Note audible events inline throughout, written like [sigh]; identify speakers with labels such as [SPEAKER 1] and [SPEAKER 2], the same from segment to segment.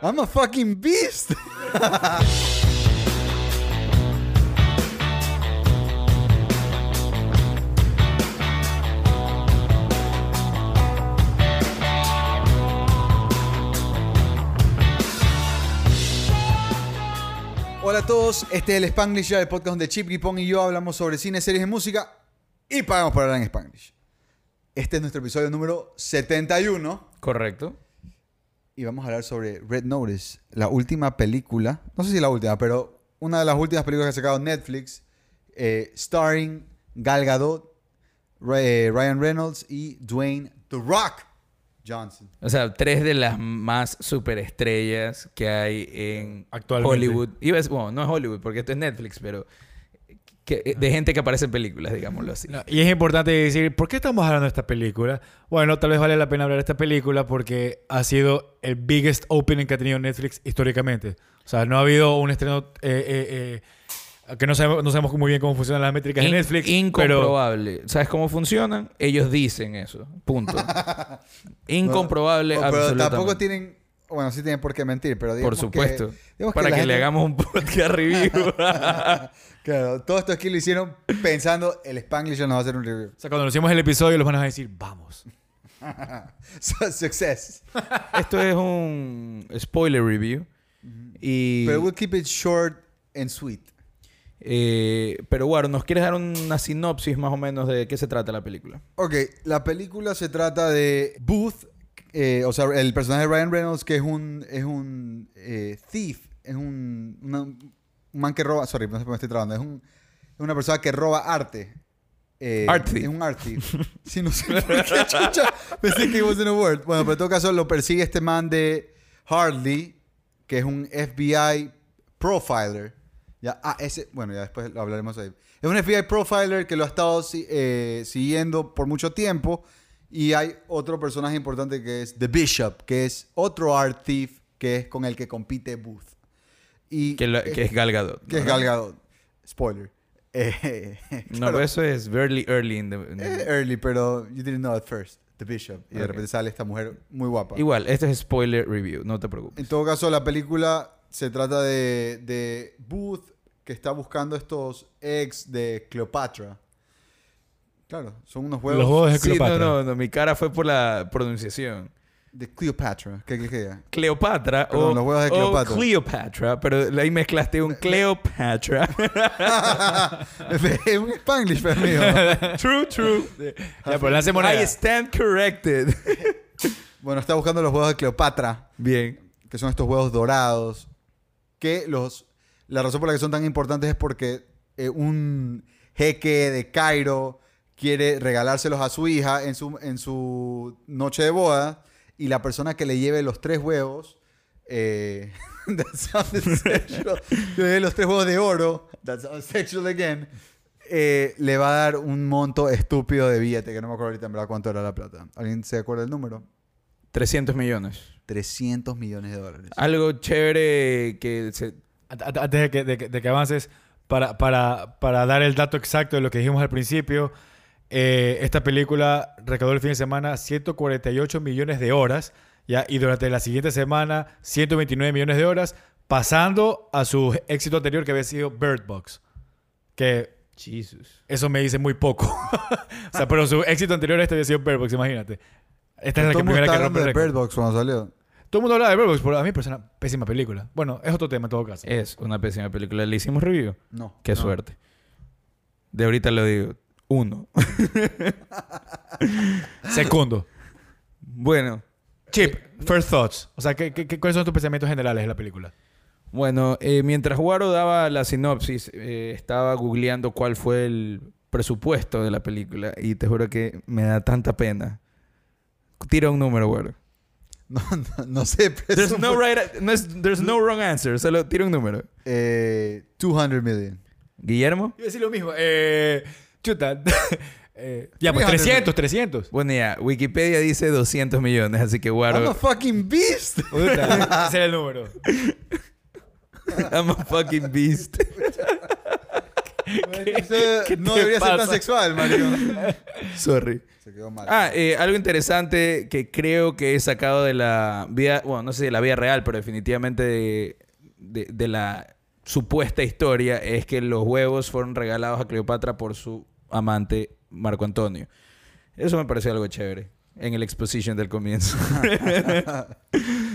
[SPEAKER 1] I'm a fucking beast. [laughs] Hola a todos, este es el Spanglish, ya, el podcast donde Chip, Gipón y yo hablamos sobre cine, series y música y pagamos para hablar en Spanglish. Este es nuestro episodio número 71
[SPEAKER 2] Correcto.
[SPEAKER 1] y vamos a hablar sobre Red Notice, la última película, no sé si la última, pero una de las últimas películas que ha sacado Netflix, eh, starring Gal Gadot, Ra- eh, Ryan Reynolds y Dwayne The Rock Johnson.
[SPEAKER 2] O sea, tres de las más superestrellas que hay en
[SPEAKER 3] Actualmente.
[SPEAKER 2] Hollywood. Iba a decir- bueno, no es Hollywood porque esto es Netflix, pero que- eh, de gente que aparece en películas, digámoslo así.
[SPEAKER 3] No, y es importante decir, ¿por qué estamos hablando de esta película? Bueno, tal vez vale la pena hablar de esta película porque ha sido el biggest opening que ha tenido Netflix históricamente. O sea, no ha habido un estreno eh, eh, eh, que no sabemos, no sabemos muy bien cómo funcionan las métricas
[SPEAKER 2] In-
[SPEAKER 3] de Netflix. Pero
[SPEAKER 2] Incomprobable. ¿Sabes cómo funcionan? Ellos dicen eso.
[SPEAKER 3] [laughs]
[SPEAKER 2] Punto. Incomprobable
[SPEAKER 1] Pero
[SPEAKER 2] absolutamente.
[SPEAKER 1] tampoco tienen, bueno, sí tienen por qué mentir, pero digamos
[SPEAKER 2] Por supuesto.
[SPEAKER 1] que- digamos
[SPEAKER 2] Para que,
[SPEAKER 1] la
[SPEAKER 2] le
[SPEAKER 1] gente-
[SPEAKER 2] hagamos
[SPEAKER 1] [laughs]
[SPEAKER 2] un podcast review. [laughs]
[SPEAKER 1] Claro, todo esto aquí lo hicieron pensando el Spanglish nos va a hacer un [laughs] review.
[SPEAKER 3] o sea, cuando hicimos el episodio, los van a decir, vamos.
[SPEAKER 1] So, success.
[SPEAKER 2] Esto es un spoiler review. Y,
[SPEAKER 1] Pero we'll keep it short and sweet.
[SPEAKER 2] eh, pero bueno, ¿nos quieres dar una sinopsis más o menos de qué se trata la película?
[SPEAKER 1] Ok, la película se trata de Booth, eh, o sea, el personaje de Ryan Reynolds, que es un, es un eh, thief, es un, una- un man que roba, sorry, no sé por qué me estoy trabando, es, un, es una persona que roba arte. Eh,
[SPEAKER 2] Art thief.
[SPEAKER 1] Es un art thief. [laughs] sí, no sé por qué chucha. Pensé que it was in a word. Bueno, pero en todo caso lo persigue este man de Harley, que es un FBI profiler. Ya, ah, ese, bueno, ya después lo hablaremos ahí. Es un FBI profiler que lo ha estado si- eh, siguiendo por mucho tiempo. Y hay otro personaje importante que es The Bishop, que es otro art thief que es con el que compite Booth. Y
[SPEAKER 2] Que, la- que es Gal Gadot.
[SPEAKER 1] que es
[SPEAKER 2] ¿no?
[SPEAKER 1] Gal Gadot. Spoiler. [laughs] Eh,
[SPEAKER 2] No, pero eso es very early in the... in
[SPEAKER 1] eh,
[SPEAKER 2] the-
[SPEAKER 1] early, pero you didn't know at first. The Bishop. Y de
[SPEAKER 2] Ok.
[SPEAKER 1] repente sale esta mujer muy guapa.
[SPEAKER 2] Igual, este es spoiler review, no te preocupes.
[SPEAKER 1] En todo caso, la película se trata de, de Booth que está buscando estos ex de Cleopatra. Claro, son unos huevos
[SPEAKER 3] los juegos de
[SPEAKER 2] Sí, no,
[SPEAKER 3] Cleopatra.
[SPEAKER 2] no, no, mi cara fue por la pronunciación.
[SPEAKER 1] de Cleopatra. ¿Qué qué queda?
[SPEAKER 2] Cleopatra
[SPEAKER 1] Perdón,
[SPEAKER 2] o,
[SPEAKER 1] los huevos de
[SPEAKER 2] o
[SPEAKER 1] Cleopatra.
[SPEAKER 2] Cleopatra, pero ahí mezclaste un
[SPEAKER 1] [laughs]
[SPEAKER 2] Cleopatra.
[SPEAKER 1] [laughs] es un spanglish, pero mío.
[SPEAKER 2] true, true.
[SPEAKER 1] Pues
[SPEAKER 3] Ya, pues, pero lance moneda.
[SPEAKER 2] I stand corrected.
[SPEAKER 1] Bueno, está buscando los huevos de Cleopatra.
[SPEAKER 2] Bien.
[SPEAKER 1] que son estos huevos dorados, que los, la razón por la que son tan importantes es porque eh, un jeque de Cairo quiere regalárselos a su hija en su, en su noche de boda y la persona que le lleve los tres huevos, eh, [laughs] that sounded sexual, que le lleve los tres huevos de oro, that sounds sexual again, eh, le va a dar un monto estúpido de billete, que no me acuerdo ahorita en verdad cuánto era la plata. ¿Alguien se acuerda del número?
[SPEAKER 2] 300 millones.
[SPEAKER 1] 300 millones de dólares.
[SPEAKER 3] Ah,
[SPEAKER 2] Algo chévere que se...
[SPEAKER 3] Ant- ant- Antes de que, de que- de que avances, para, para, para dar el dato exacto de lo que dijimos al principio, eh, esta película recaudó el fin de semana 148 millones de horas, ¿ya? y durante la siguiente semana 129 millones de horas, pasando a su éxito anterior que había sido Bird Box, que
[SPEAKER 2] Jesus.
[SPEAKER 3] eso me dice muy poco. [laughs] o sea, pero su éxito anterior a este había sido Bird Box, imagínate. Esta es la
[SPEAKER 1] Todo
[SPEAKER 3] que
[SPEAKER 1] el mundo
[SPEAKER 3] primera
[SPEAKER 1] está
[SPEAKER 3] que
[SPEAKER 1] hablando
[SPEAKER 3] rompe el
[SPEAKER 1] de Bird
[SPEAKER 3] récord.
[SPEAKER 1] Box cuando salió.
[SPEAKER 3] Todo el mundo habla de Bird Box, pero a mí es una pésima película. Bueno, es otro tema en todo caso.
[SPEAKER 2] Es una pésima película. Le hicimos review.
[SPEAKER 1] No.
[SPEAKER 2] Qué suerte. De ahorita lo digo. Uno. [laughs]
[SPEAKER 3] Segundo.
[SPEAKER 2] bueno.
[SPEAKER 3] Chip, first thoughts. Eh, O sea, ¿qué, qué- qué- cuáles son tus pensamientos generales de la película?
[SPEAKER 2] Bueno, eh, mientras Guaro daba la sinopsis, eh, estaba googleando cuál fue el presupuesto de la película y te juro que me da tanta pena. Tira un número, Guaro.
[SPEAKER 1] [laughs] No, no, no sé. pero
[SPEAKER 2] [laughs] There's [laughs]
[SPEAKER 1] eso
[SPEAKER 2] no,
[SPEAKER 1] fue-
[SPEAKER 2] right, no es- there's no wrong answer, solo tira un número.
[SPEAKER 1] Eh, 200 million.
[SPEAKER 2] Guillermo.
[SPEAKER 3] Iba a decir lo mismo. Eh, chuta. [laughs] Eh, ya, pues
[SPEAKER 1] Fíjate.
[SPEAKER 3] 300, 300.
[SPEAKER 2] Bueno, ya, Wikipedia dice 200 millones, así que
[SPEAKER 1] I'm a
[SPEAKER 2] Guaro,
[SPEAKER 1] fucking beast.
[SPEAKER 3] [laughs] Puta, Ese era el número.
[SPEAKER 2] [laughs] I'm a fucking beast.
[SPEAKER 1] [laughs] Ese
[SPEAKER 2] qué
[SPEAKER 1] no
[SPEAKER 2] te
[SPEAKER 1] debería ser tan
[SPEAKER 2] pasa?
[SPEAKER 1] sexual, Mario.
[SPEAKER 2] [laughs]
[SPEAKER 3] [laughs]
[SPEAKER 2] Sorry.
[SPEAKER 1] Se quedó mal.
[SPEAKER 2] Ah, eh, algo interesante que creo que he sacado de la vida, bueno, no sé de la vida real, pero definitivamente de, de- de la supuesta historia, es que los huevos fueron regalados a Cleopatra por su amante Marco Antonio. Eso me pareció algo chévere en el exposition del comienzo. [laughs]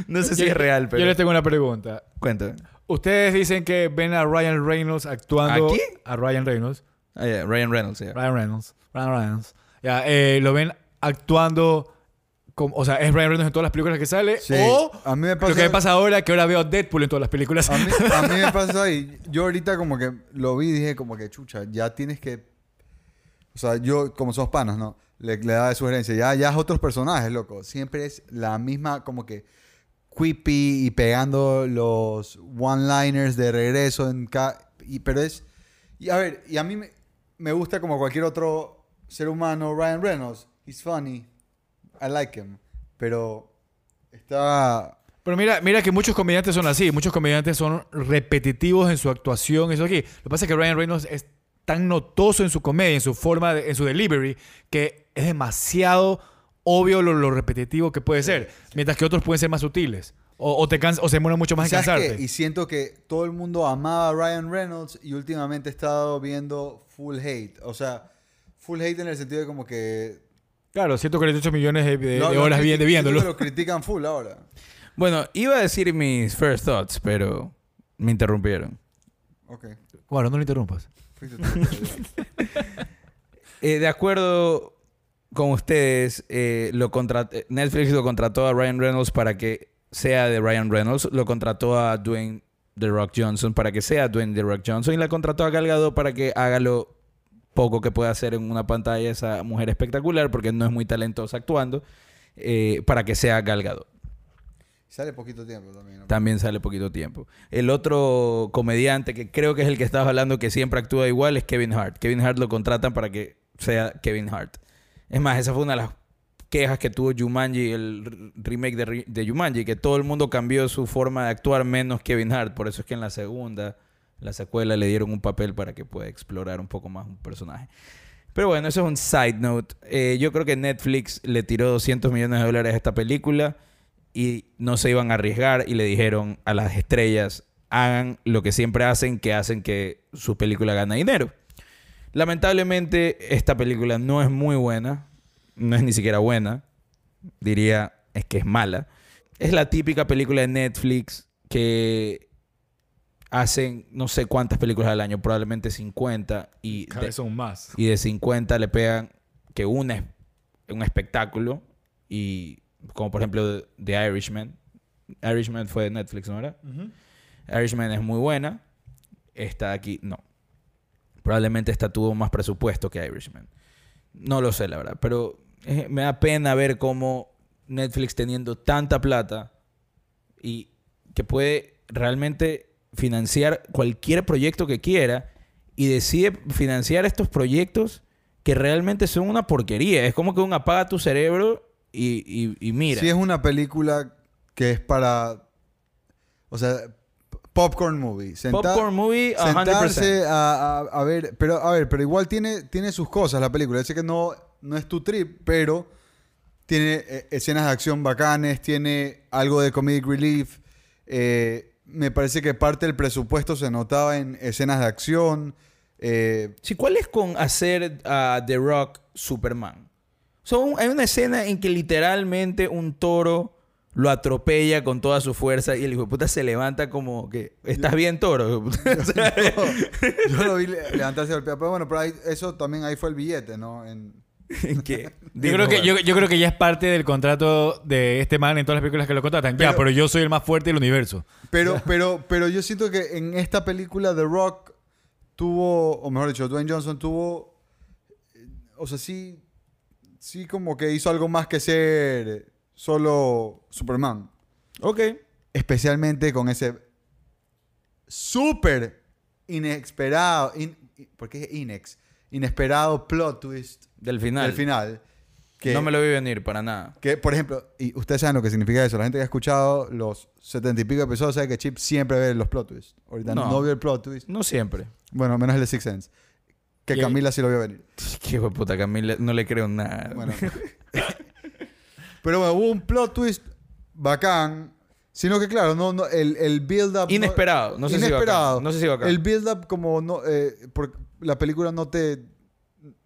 [SPEAKER 2] no sé si
[SPEAKER 3] Yo-
[SPEAKER 2] es real,
[SPEAKER 3] Yo
[SPEAKER 2] pero
[SPEAKER 3] les tengo una pregunta.
[SPEAKER 2] cuéntame.
[SPEAKER 3] Ustedes dicen que ven a Ryan Reynolds actuando.
[SPEAKER 2] ¿A quién?
[SPEAKER 3] A Ryan Reynolds.
[SPEAKER 2] Ah, yeah, Ryan Reynolds, yeah.
[SPEAKER 3] Ryan Reynolds. Ryan Reynolds. Ya, eh, lo ven actuando. como- o sea, es Ryan Reynolds en todas las películas que sale.
[SPEAKER 1] Sí.
[SPEAKER 3] O
[SPEAKER 1] a mí me
[SPEAKER 3] lo que me pasa ahora es que ahora veo a Deadpool en todas las películas. [laughs]
[SPEAKER 1] A mí, a mí me pasa y yo ahorita como que lo vi y dije como que chucha, ya tienes que... O sea, yo como somos panas, ¿no? Le, le daba de sugerencia, ya, ya es otros personajes, loco. Siempre es la misma como que quippy y pegando los one-liners de regreso en ca- y Pero es... Y a ver, y a mí me, me gusta como cualquier otro ser humano, Ryan Reynolds. He's funny. I like him. Pero está...
[SPEAKER 3] Pero mira, mira que muchos comediantes son así, muchos comediantes son repetitivos en su actuación, eso aquí. Lo que pasa es que Ryan Reynolds es tan notoso en su comedia, en su forma, de- en su delivery, que es demasiado obvio lo, lo repetitivo que puede ser, mientras que otros pueden ser más sutiles. O, o te cansa- o se demoran mucho más en
[SPEAKER 1] ¿Sabes qué?
[SPEAKER 3] cansarte.
[SPEAKER 1] Y siento que todo el mundo amaba a Ryan Reynolds y últimamente he estado viendo full hate. O sea, full hate en el sentido de como que...
[SPEAKER 3] Claro, 148 millones de, de-
[SPEAKER 1] lo-
[SPEAKER 3] de
[SPEAKER 1] lo
[SPEAKER 3] horas
[SPEAKER 1] criti-
[SPEAKER 3] bien de
[SPEAKER 1] siento que
[SPEAKER 3] viéndolo.
[SPEAKER 1] Lo critican full ahora.
[SPEAKER 2] Bueno, iba a decir mis first thoughts, pero me interrumpieron.
[SPEAKER 1] Ok.
[SPEAKER 3] Bueno, no lo interrumpas.
[SPEAKER 1] Fuiste
[SPEAKER 3] [laughs]
[SPEAKER 1] tú.
[SPEAKER 2] Eh, de acuerdo con ustedes, eh, lo contra- eh, Netflix lo contrató a Ryan Reynolds para que sea de Ryan Reynolds, lo contrató a Dwayne The Rock Johnson para que sea Dwayne The Rock Johnson y la contrató a Gal Gadot para que haga lo poco que puede hacer en una pantalla esa mujer espectacular porque no es muy talentosa actuando, eh, para que sea Gal Gadot.
[SPEAKER 1] Sale poquito tiempo también. ¿no?
[SPEAKER 2] También sale poquito tiempo. El otro comediante que creo que es el que estabas hablando que siempre actúa igual es Kevin Hart. Kevin Hart lo contratan para que sea Kevin Hart. Es más, esa fue una de las quejas que tuvo Jumanji, el r- remake de, Ri- de Jumanji, que todo el mundo cambió su forma de actuar menos Kevin Hart. Por eso es que en la segunda, la secuela, le dieron un papel para que pueda explorar un poco más un personaje. Pero bueno, eso es un side note. Eh, yo creo que Netflix le tiró 200 millones de dólares a esta película y no se iban a arriesgar y le dijeron a las estrellas, hagan lo que siempre hacen, que hacen que su película gana dinero. Lamentablemente, esta película no es muy buena, no es ni siquiera buena, diría es que es mala. Es la típica película de Netflix que hacen no sé cuántas películas al año, probablemente 50 y...
[SPEAKER 3] Cada
[SPEAKER 2] de-
[SPEAKER 3] vez son más.
[SPEAKER 2] y de 50 le pegan que una es un espectáculo y como por ejemplo The Irishman. Irishman fue de Netflix, ¿no era? Irishman es muy buena. Esta de aquí no. Probablemente esta tuvo más presupuesto que Irishman. No lo sé, la verdad. Pero eh, me da pena ver cómo Netflix teniendo tanta plata y que puede realmente financiar cualquier proyecto que quiera y decide financiar estos proyectos que realmente son una porquería. Es como que un apaga tu cerebro y, y- y mira.
[SPEAKER 1] Sí es una película que es para... O sea, p- popcorn movie. Senta-
[SPEAKER 2] Popcorn movie, 100%.
[SPEAKER 1] sentarse a, a- a ver, pero a ver, pero igual tiene, tiene sus cosas la película. Yo sé que no, no es tu trip, pero tiene eh, escenas de acción bacanes, tiene algo de comedic relief. Eh, me parece que parte del presupuesto se notaba en escenas de acción. Eh, [laughs]
[SPEAKER 2] Sí, ¿cuál es con hacer a The Rock Superman? Son, hay una escena en que literalmente un toro lo atropella con toda su fuerza y el hijo de puta se levanta como que, ¿estás bien, toro? [laughs] hijo de puta?" O sea,
[SPEAKER 1] yo lo vi le- levantarse al Pero bueno, pero ahí- eso también ahí fue el billete, ¿no? En-
[SPEAKER 2] ¿en qué?
[SPEAKER 3] Yo
[SPEAKER 2] Dime,
[SPEAKER 3] creo, que,
[SPEAKER 2] Juan.
[SPEAKER 3] yo, yo creo que ya es parte del contrato de este man en todas las películas que lo contratan. ya,
[SPEAKER 1] Pero-
[SPEAKER 3] pero yo soy el más fuerte del universo.
[SPEAKER 1] Pero, pero, pero yo siento que en esta película The Rock tuvo, o mejor dicho, Dwayne Johnson tuvo, eh, o sea, sí, sí como que hizo algo más que ser solo Superman.
[SPEAKER 2] Ok.
[SPEAKER 1] Especialmente con ese súper inesperado, in- in- porque es inex, inesperado plot twist
[SPEAKER 2] Del final.
[SPEAKER 1] al final. Que,
[SPEAKER 2] No me lo vi venir para nada.
[SPEAKER 1] que, por ejemplo, y ustedes saben lo que significa eso. La gente que ha escuchado los setenta y pico episodios sabe que Chip siempre ve los plot twists. Ahorita no,
[SPEAKER 2] No.
[SPEAKER 1] vio el plot twist.
[SPEAKER 2] No siempre. [laughs]
[SPEAKER 1] Bueno, menos el de Six Sense. Que
[SPEAKER 3] Y-
[SPEAKER 1] Camila sí lo vio venir.
[SPEAKER 2] Qué hijo de puta, Camila. No le creo nada.
[SPEAKER 1] Bueno. [laughs] Pero bueno, hubo un plot twist bacán. Sino que, claro, no, no, el, el build-up... no-
[SPEAKER 2] Inesperado. No sé
[SPEAKER 1] inesperado.
[SPEAKER 2] si va acá. No sé si va acá.
[SPEAKER 1] El build-up como no... eh, por- la película no te...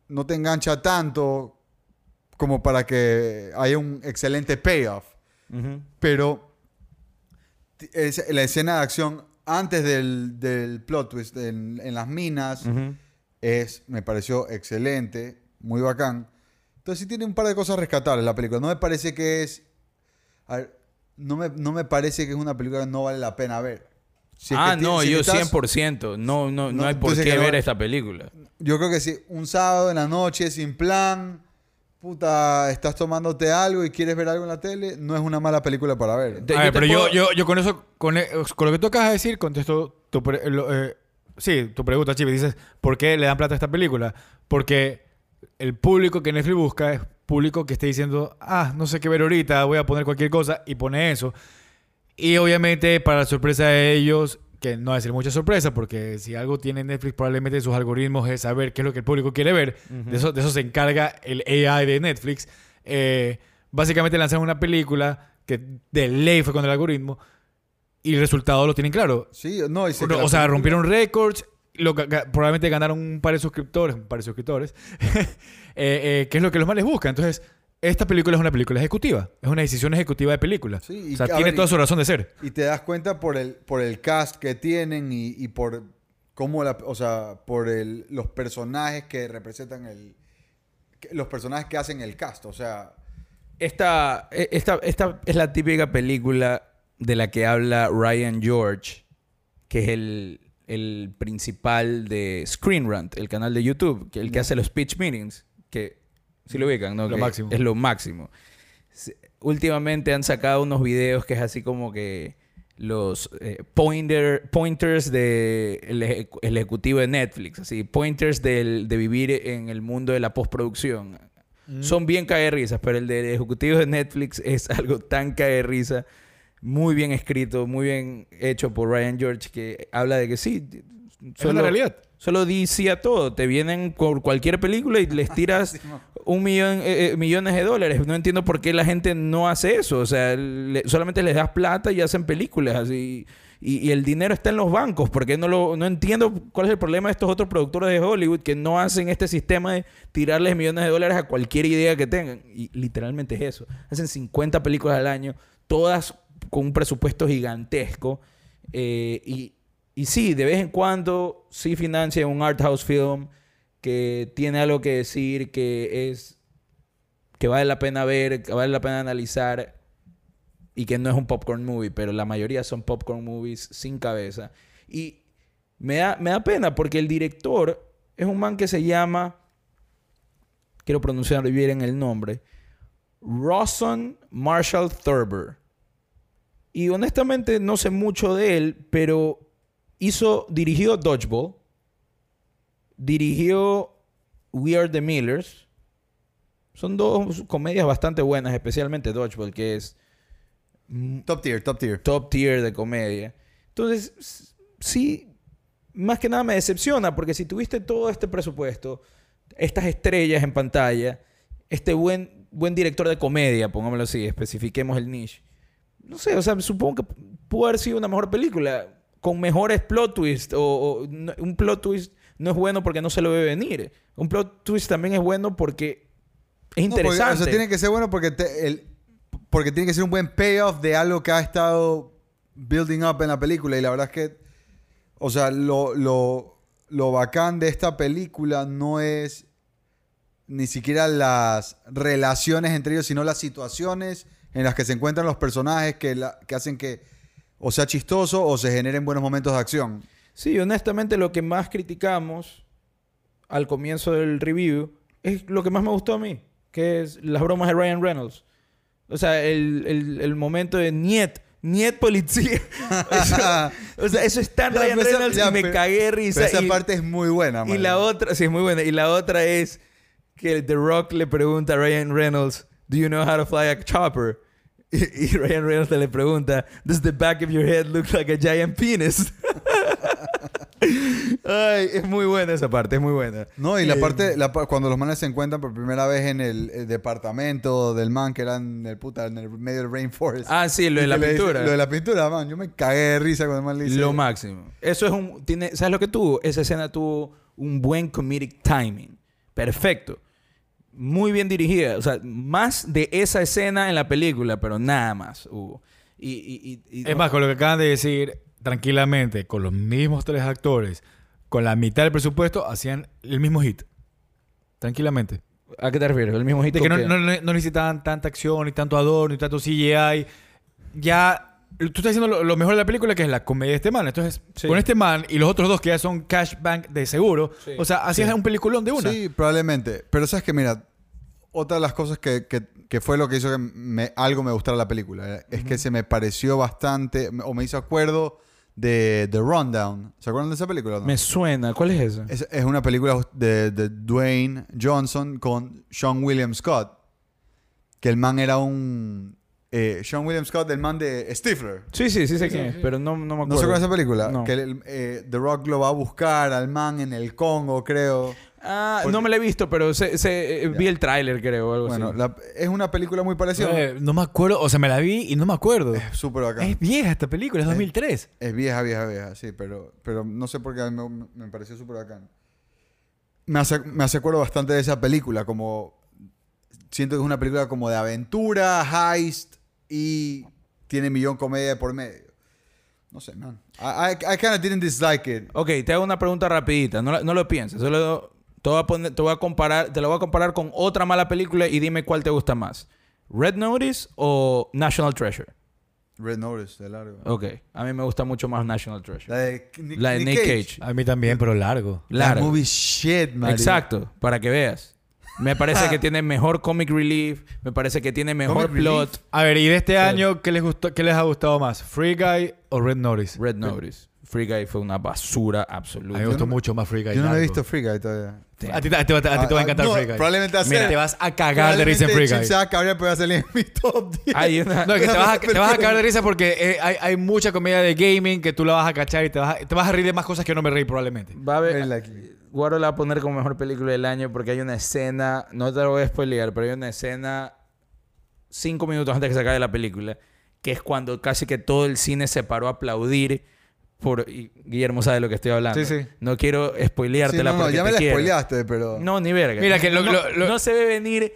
[SPEAKER 1] No te engancha tanto como para que haya un excelente payoff.
[SPEAKER 2] Ujú.
[SPEAKER 1] Pero t- es- la escena de acción antes del, del plot twist en, en las minas
[SPEAKER 2] Ujú.
[SPEAKER 1] es, me pareció excelente, muy bacán. Entonces sí tiene un par de cosas rescatables la película. No me parece que es... a ver, no, me, no me parece que es una película que no vale la pena ver. Si es que
[SPEAKER 2] ah,
[SPEAKER 1] ti-
[SPEAKER 2] no,
[SPEAKER 1] si es que
[SPEAKER 2] yo
[SPEAKER 1] estás-
[SPEAKER 2] 100%. No, no, no,
[SPEAKER 1] No,
[SPEAKER 2] hay por
[SPEAKER 1] entonces
[SPEAKER 2] qué
[SPEAKER 1] que no-
[SPEAKER 2] ver esta película.
[SPEAKER 1] Yo creo que si un sábado en la noche, sin plan, puta, estás tomándote algo y quieres ver algo en la tele, no es una mala película para ver.
[SPEAKER 2] Te-
[SPEAKER 3] A ver,
[SPEAKER 2] te
[SPEAKER 3] pero yo,
[SPEAKER 2] puedo-
[SPEAKER 3] yo, yo con eso, con, eh, con lo que tú acabas de decir, contesto tu, pre- lo, eh, sí, tu pregunta, Chibi. Dices, ¿por qué le dan plata a esta película? Porque el público que Netflix busca es público que esté diciendo, ah, no sé qué ver ahorita, voy a poner cualquier cosa y pone eso. Y obviamente, para la sorpresa de ellos, que no va a ser mucha sorpresa, porque si algo tiene Netflix, probablemente sus algoritmos es saber qué es lo que el público quiere ver. de, eso, de eso se encarga el AI de Netflix. Eh, básicamente lanzaron una película que de ley fue con el algoritmo y el resultado lo tienen claro.
[SPEAKER 1] Sí, no, y se-
[SPEAKER 3] o sea, rompieron récords, lo ga- ga- probablemente ganaron un par de suscriptores, un par de suscriptores, [laughs] eh, eh, que es lo que los males buscan. Entonces, esta película es una película ejecutiva, es una decisión ejecutiva de película.
[SPEAKER 1] Sí, y
[SPEAKER 3] o sea,
[SPEAKER 1] que- a
[SPEAKER 3] tiene
[SPEAKER 1] ver,
[SPEAKER 3] toda
[SPEAKER 1] y-
[SPEAKER 3] su razón de ser.
[SPEAKER 1] Y te das cuenta por el, por el cast que tienen y, y por cómo la, o sea, por el, los personajes que representan el. que- Los personajes que hacen el cast. O sea.
[SPEAKER 2] Esta, e- esta, esta es la típica película de la que habla Ryan George, que es el, el principal de Screen Rant, el canal de YouTube, que el que hace los pitch meetings, que si lo ubican, ¿no?
[SPEAKER 3] Lo
[SPEAKER 2] Que
[SPEAKER 3] máximo.
[SPEAKER 2] Es lo máximo. Se- Últimamente han sacado unos videos que es así como que los eh, pointer, pointers de el, ejecu- el ejecutivo de Netflix, así, pointers del- de vivir en el mundo de la postproducción.
[SPEAKER 3] Mm.
[SPEAKER 2] Son bien cae risas, pero el de ejecutivos de Netflix [laughs] es algo tan cae de risa, muy bien escrito, muy bien hecho por Ryan George, que habla de que sí,
[SPEAKER 3] Es la realidad.
[SPEAKER 2] Solo di sí a todo. Te vienen con cualquier película y
[SPEAKER 3] [laughs]
[SPEAKER 2] les tiras un millón, eh, eh, millones de dólares. No entiendo por qué la gente no hace eso. O sea, le- solamente les das plata y hacen películas así. Y, y el dinero está en los bancos. Porque no, lo, no entiendo cuál es el problema de estos otros productores de Hollywood que no hacen este sistema de tirarles millones de dólares a cualquier idea que tengan. Y literalmente es eso. Hacen 50 películas al año, todas con un presupuesto gigantesco. Eh, y, y sí, de vez en cuando sí financia un art house film que tiene algo que decir, que es que vale la pena ver, que vale la pena analizar y que no es un popcorn movie, pero la mayoría son popcorn movies sin cabeza. Y me da, me da pena porque el director es un man que se llama, quiero pronunciar bien el nombre, Rawson Marshall Thurber. Y honestamente no sé mucho de él, pero hizo, dirigió Dodgeball, dirigió We Are the Millers. Son dos comedias bastante buenas, especialmente Dodgeball, que es mm,
[SPEAKER 1] Top tier, top tier.
[SPEAKER 2] top tier de comedia. Entonces, s- sí, más que nada me decepciona, porque si tuviste todo este presupuesto, estas estrellas en pantalla, este buen, buen director de comedia, pongámoslo así, especifiquemos el niche. No sé, o sea, supongo que pudo haber sido una mejor película, con mejores plot twists, o, o no- un plot twist no es bueno porque no se lo ve venir. Un plot twist también es bueno porque es
[SPEAKER 1] No, porque,
[SPEAKER 2] interesante.
[SPEAKER 1] o sea, tiene que ser bueno porque, te- el, porque tiene que ser un buen payoff de algo que ha estado building up en la película. Y la verdad es que, o sea, lo, lo, lo bacán de esta película no es ni siquiera las relaciones entre ellos, sino las situaciones en las que se encuentran los personajes que, la- que hacen que o sea chistoso o se generen buenos momentos de acción.
[SPEAKER 2] Sí, honestamente lo que más criticamos al comienzo del review es lo que más me gustó a mí, que es las bromas de Ryan Reynolds. O sea, el, el- el momento de Niet, Niet policía. [laughs]
[SPEAKER 1] [laughs]
[SPEAKER 2] Eso- o sea, eso es tan
[SPEAKER 1] Ya,
[SPEAKER 2] Ryan
[SPEAKER 1] pero esa-
[SPEAKER 2] Reynolds
[SPEAKER 1] ya,
[SPEAKER 2] y me
[SPEAKER 1] pero-
[SPEAKER 2] cagué de
[SPEAKER 1] Pero
[SPEAKER 2] risa.
[SPEAKER 1] esa
[SPEAKER 2] y,
[SPEAKER 1] parte es muy buena.
[SPEAKER 2] y
[SPEAKER 1] man.
[SPEAKER 2] la otra, sí, es muy buena. Y la otra es que The Rock le pregunta a Ryan Reynolds, ¿Do you know how to fly a chopper? [laughs] Y, y Ryan Reynolds le pregunta, ¿Does the back of your head look like a giant penis? [laughs] Ay, es muy buena esa parte, es muy buena. Eh,
[SPEAKER 1] No, y la parte, la pa- cuando los manes se encuentran por primera vez en el, eh, departamento del man que era en el puta, en el medio del rainforest.
[SPEAKER 2] Ah, sí, lo de
[SPEAKER 1] Y
[SPEAKER 2] la
[SPEAKER 1] que le dice-
[SPEAKER 2] pintura.
[SPEAKER 1] lo de la pintura, man. Yo me cagué de risa cuando el man le dice.
[SPEAKER 2] Lo máximo. Eso es un. Tiene, ¿Sabes lo que tuvo? Esa escena tuvo un buen comedic timing. Perfecto. Muy bien dirigida. O sea, más de esa escena en la película, pero nada más hubo. Y, y- y- y-
[SPEAKER 3] Es más, con lo que acaban de decir, tranquilamente, con los mismos tres actores, con la mitad del presupuesto, hacían el mismo hit. Tranquilamente.
[SPEAKER 2] ¿A qué te refieres? El mismo hit
[SPEAKER 3] De que
[SPEAKER 2] con
[SPEAKER 3] no,
[SPEAKER 2] que-
[SPEAKER 3] no- no- no necesitaban tanta acción, ni tanto adorno, ni tanto CGI. Ya. Tú estás haciendo lo, lo mejor de la película, que es la comedia de este man. Entonces,
[SPEAKER 2] Sí.
[SPEAKER 3] con este man y los otros dos que ya son cash bank de seguro,
[SPEAKER 2] Sí.
[SPEAKER 3] o sea, hacías un peliculón de una.
[SPEAKER 1] Sí, probablemente. Pero sabes que, mira, otra de las cosas que, que- que fue lo que hizo que me- algo me gustara la película eh, es que se me pareció bastante, o me hizo acuerdo de The Rundown. ¿Se acuerdan de esa película? o no?
[SPEAKER 2] Me suena. ¿Cuál es esa?
[SPEAKER 1] Es, es una película de, de Dwayne Johnson con Sean William Scott. Que el man era un. eh, Sean William Scott, el man de Stifler.
[SPEAKER 2] Sí, sí, sí sé quién es, pero no, no me
[SPEAKER 1] ¿No
[SPEAKER 2] acuerdo.
[SPEAKER 1] se acuerdan de esa película?
[SPEAKER 2] No.
[SPEAKER 1] Que el- eh, The Rock lo va a buscar al man en el Congo, creo.
[SPEAKER 2] Ah,
[SPEAKER 1] Porque-
[SPEAKER 2] no me la he visto, pero sé- sé- eh, vi el tráiler, creo, o algo
[SPEAKER 1] Bueno,
[SPEAKER 2] así.
[SPEAKER 1] la- es una película muy parecida.
[SPEAKER 3] Eh, no me acuerdo, o sea, me la vi y no me acuerdo.
[SPEAKER 1] Es súper bacán.
[SPEAKER 3] Es vieja esta película, es 2003.
[SPEAKER 1] Es vieja, vieja, vieja, sí, pero, pero no sé por qué a mí me, me pareció súper bacán. Me hace, me hace acuerdo bastante de esa película, como... Siento que es una película como de aventura, heist y tiene millón comedia de por medio. No sé, man. I, I, I kinda didn't dislike it.
[SPEAKER 2] Ok, te hago una pregunta rapidita. No, la- no lo pienses. Solo te voy, a poner- te voy a comparar, te la voy a comparar con otra mala película y dime cuál te gusta más. ¿Red Notice o National Treasure?
[SPEAKER 1] Red Notice, de largo.
[SPEAKER 2] Ok, a mí me gusta mucho más National
[SPEAKER 1] La
[SPEAKER 2] Treasure.
[SPEAKER 1] de Nick,
[SPEAKER 2] La de Nick Cage.
[SPEAKER 3] A mí también, pero largo.
[SPEAKER 1] La
[SPEAKER 2] Largo.
[SPEAKER 1] movie shit, man.
[SPEAKER 2] Exacto, para que veas. Me parece que tiene mejor comic relief, me parece que tiene mejor
[SPEAKER 1] Comic
[SPEAKER 2] plot.
[SPEAKER 3] A ver, ¿y de este año qué les, gustó, qué les ha gustado más? ¿Free Guy o Red Notice?
[SPEAKER 2] Red Notice. Free Guy fue una basura
[SPEAKER 3] A mí me
[SPEAKER 2] absoluta.
[SPEAKER 3] gustó mucho más Free Guy.
[SPEAKER 1] Yo no la he
[SPEAKER 3] largo.
[SPEAKER 1] visto Free Guy todavía.
[SPEAKER 3] A ti, a ti- a ti te va a encantar
[SPEAKER 1] Ah, ah, no,
[SPEAKER 3] Free Guy.
[SPEAKER 1] Probablemente va a
[SPEAKER 3] Mira,
[SPEAKER 1] ser-
[SPEAKER 3] te vas a cagar de risa en Free
[SPEAKER 1] probablemente
[SPEAKER 3] Guy.
[SPEAKER 1] Chip se va a cabrear, pero va a salir en mi top 10.
[SPEAKER 2] Hay una- [laughs]
[SPEAKER 3] [laughs] No, es que te
[SPEAKER 1] [laughs]
[SPEAKER 3] vas, a,
[SPEAKER 1] Pero-
[SPEAKER 3] te vas a cagar de risa porque eh, hay, hay mucha comedia de gaming que tú la vas a cachar y te vas a, te vas a reír de más cosas que yo no me reí probablemente.
[SPEAKER 2] Va a
[SPEAKER 1] Very
[SPEAKER 2] haber,
[SPEAKER 1] likely.
[SPEAKER 2] Guaro la va a poner como mejor película del año porque hay una escena, no te lo voy a spoilear, pero hay una escena cinco minutos antes que se acabe la película, que es cuando casi que todo el cine se paró a aplaudir por... y Guillermo sabe de lo que estoy hablando.
[SPEAKER 3] Sí, sí.
[SPEAKER 2] No quiero spoilearte
[SPEAKER 1] Sí,
[SPEAKER 2] la
[SPEAKER 1] no, no, ya me la spoileaste, pero...
[SPEAKER 2] No, ni verga.
[SPEAKER 3] Mira que lo-
[SPEAKER 2] no,
[SPEAKER 3] lo- lo-
[SPEAKER 2] no se ve venir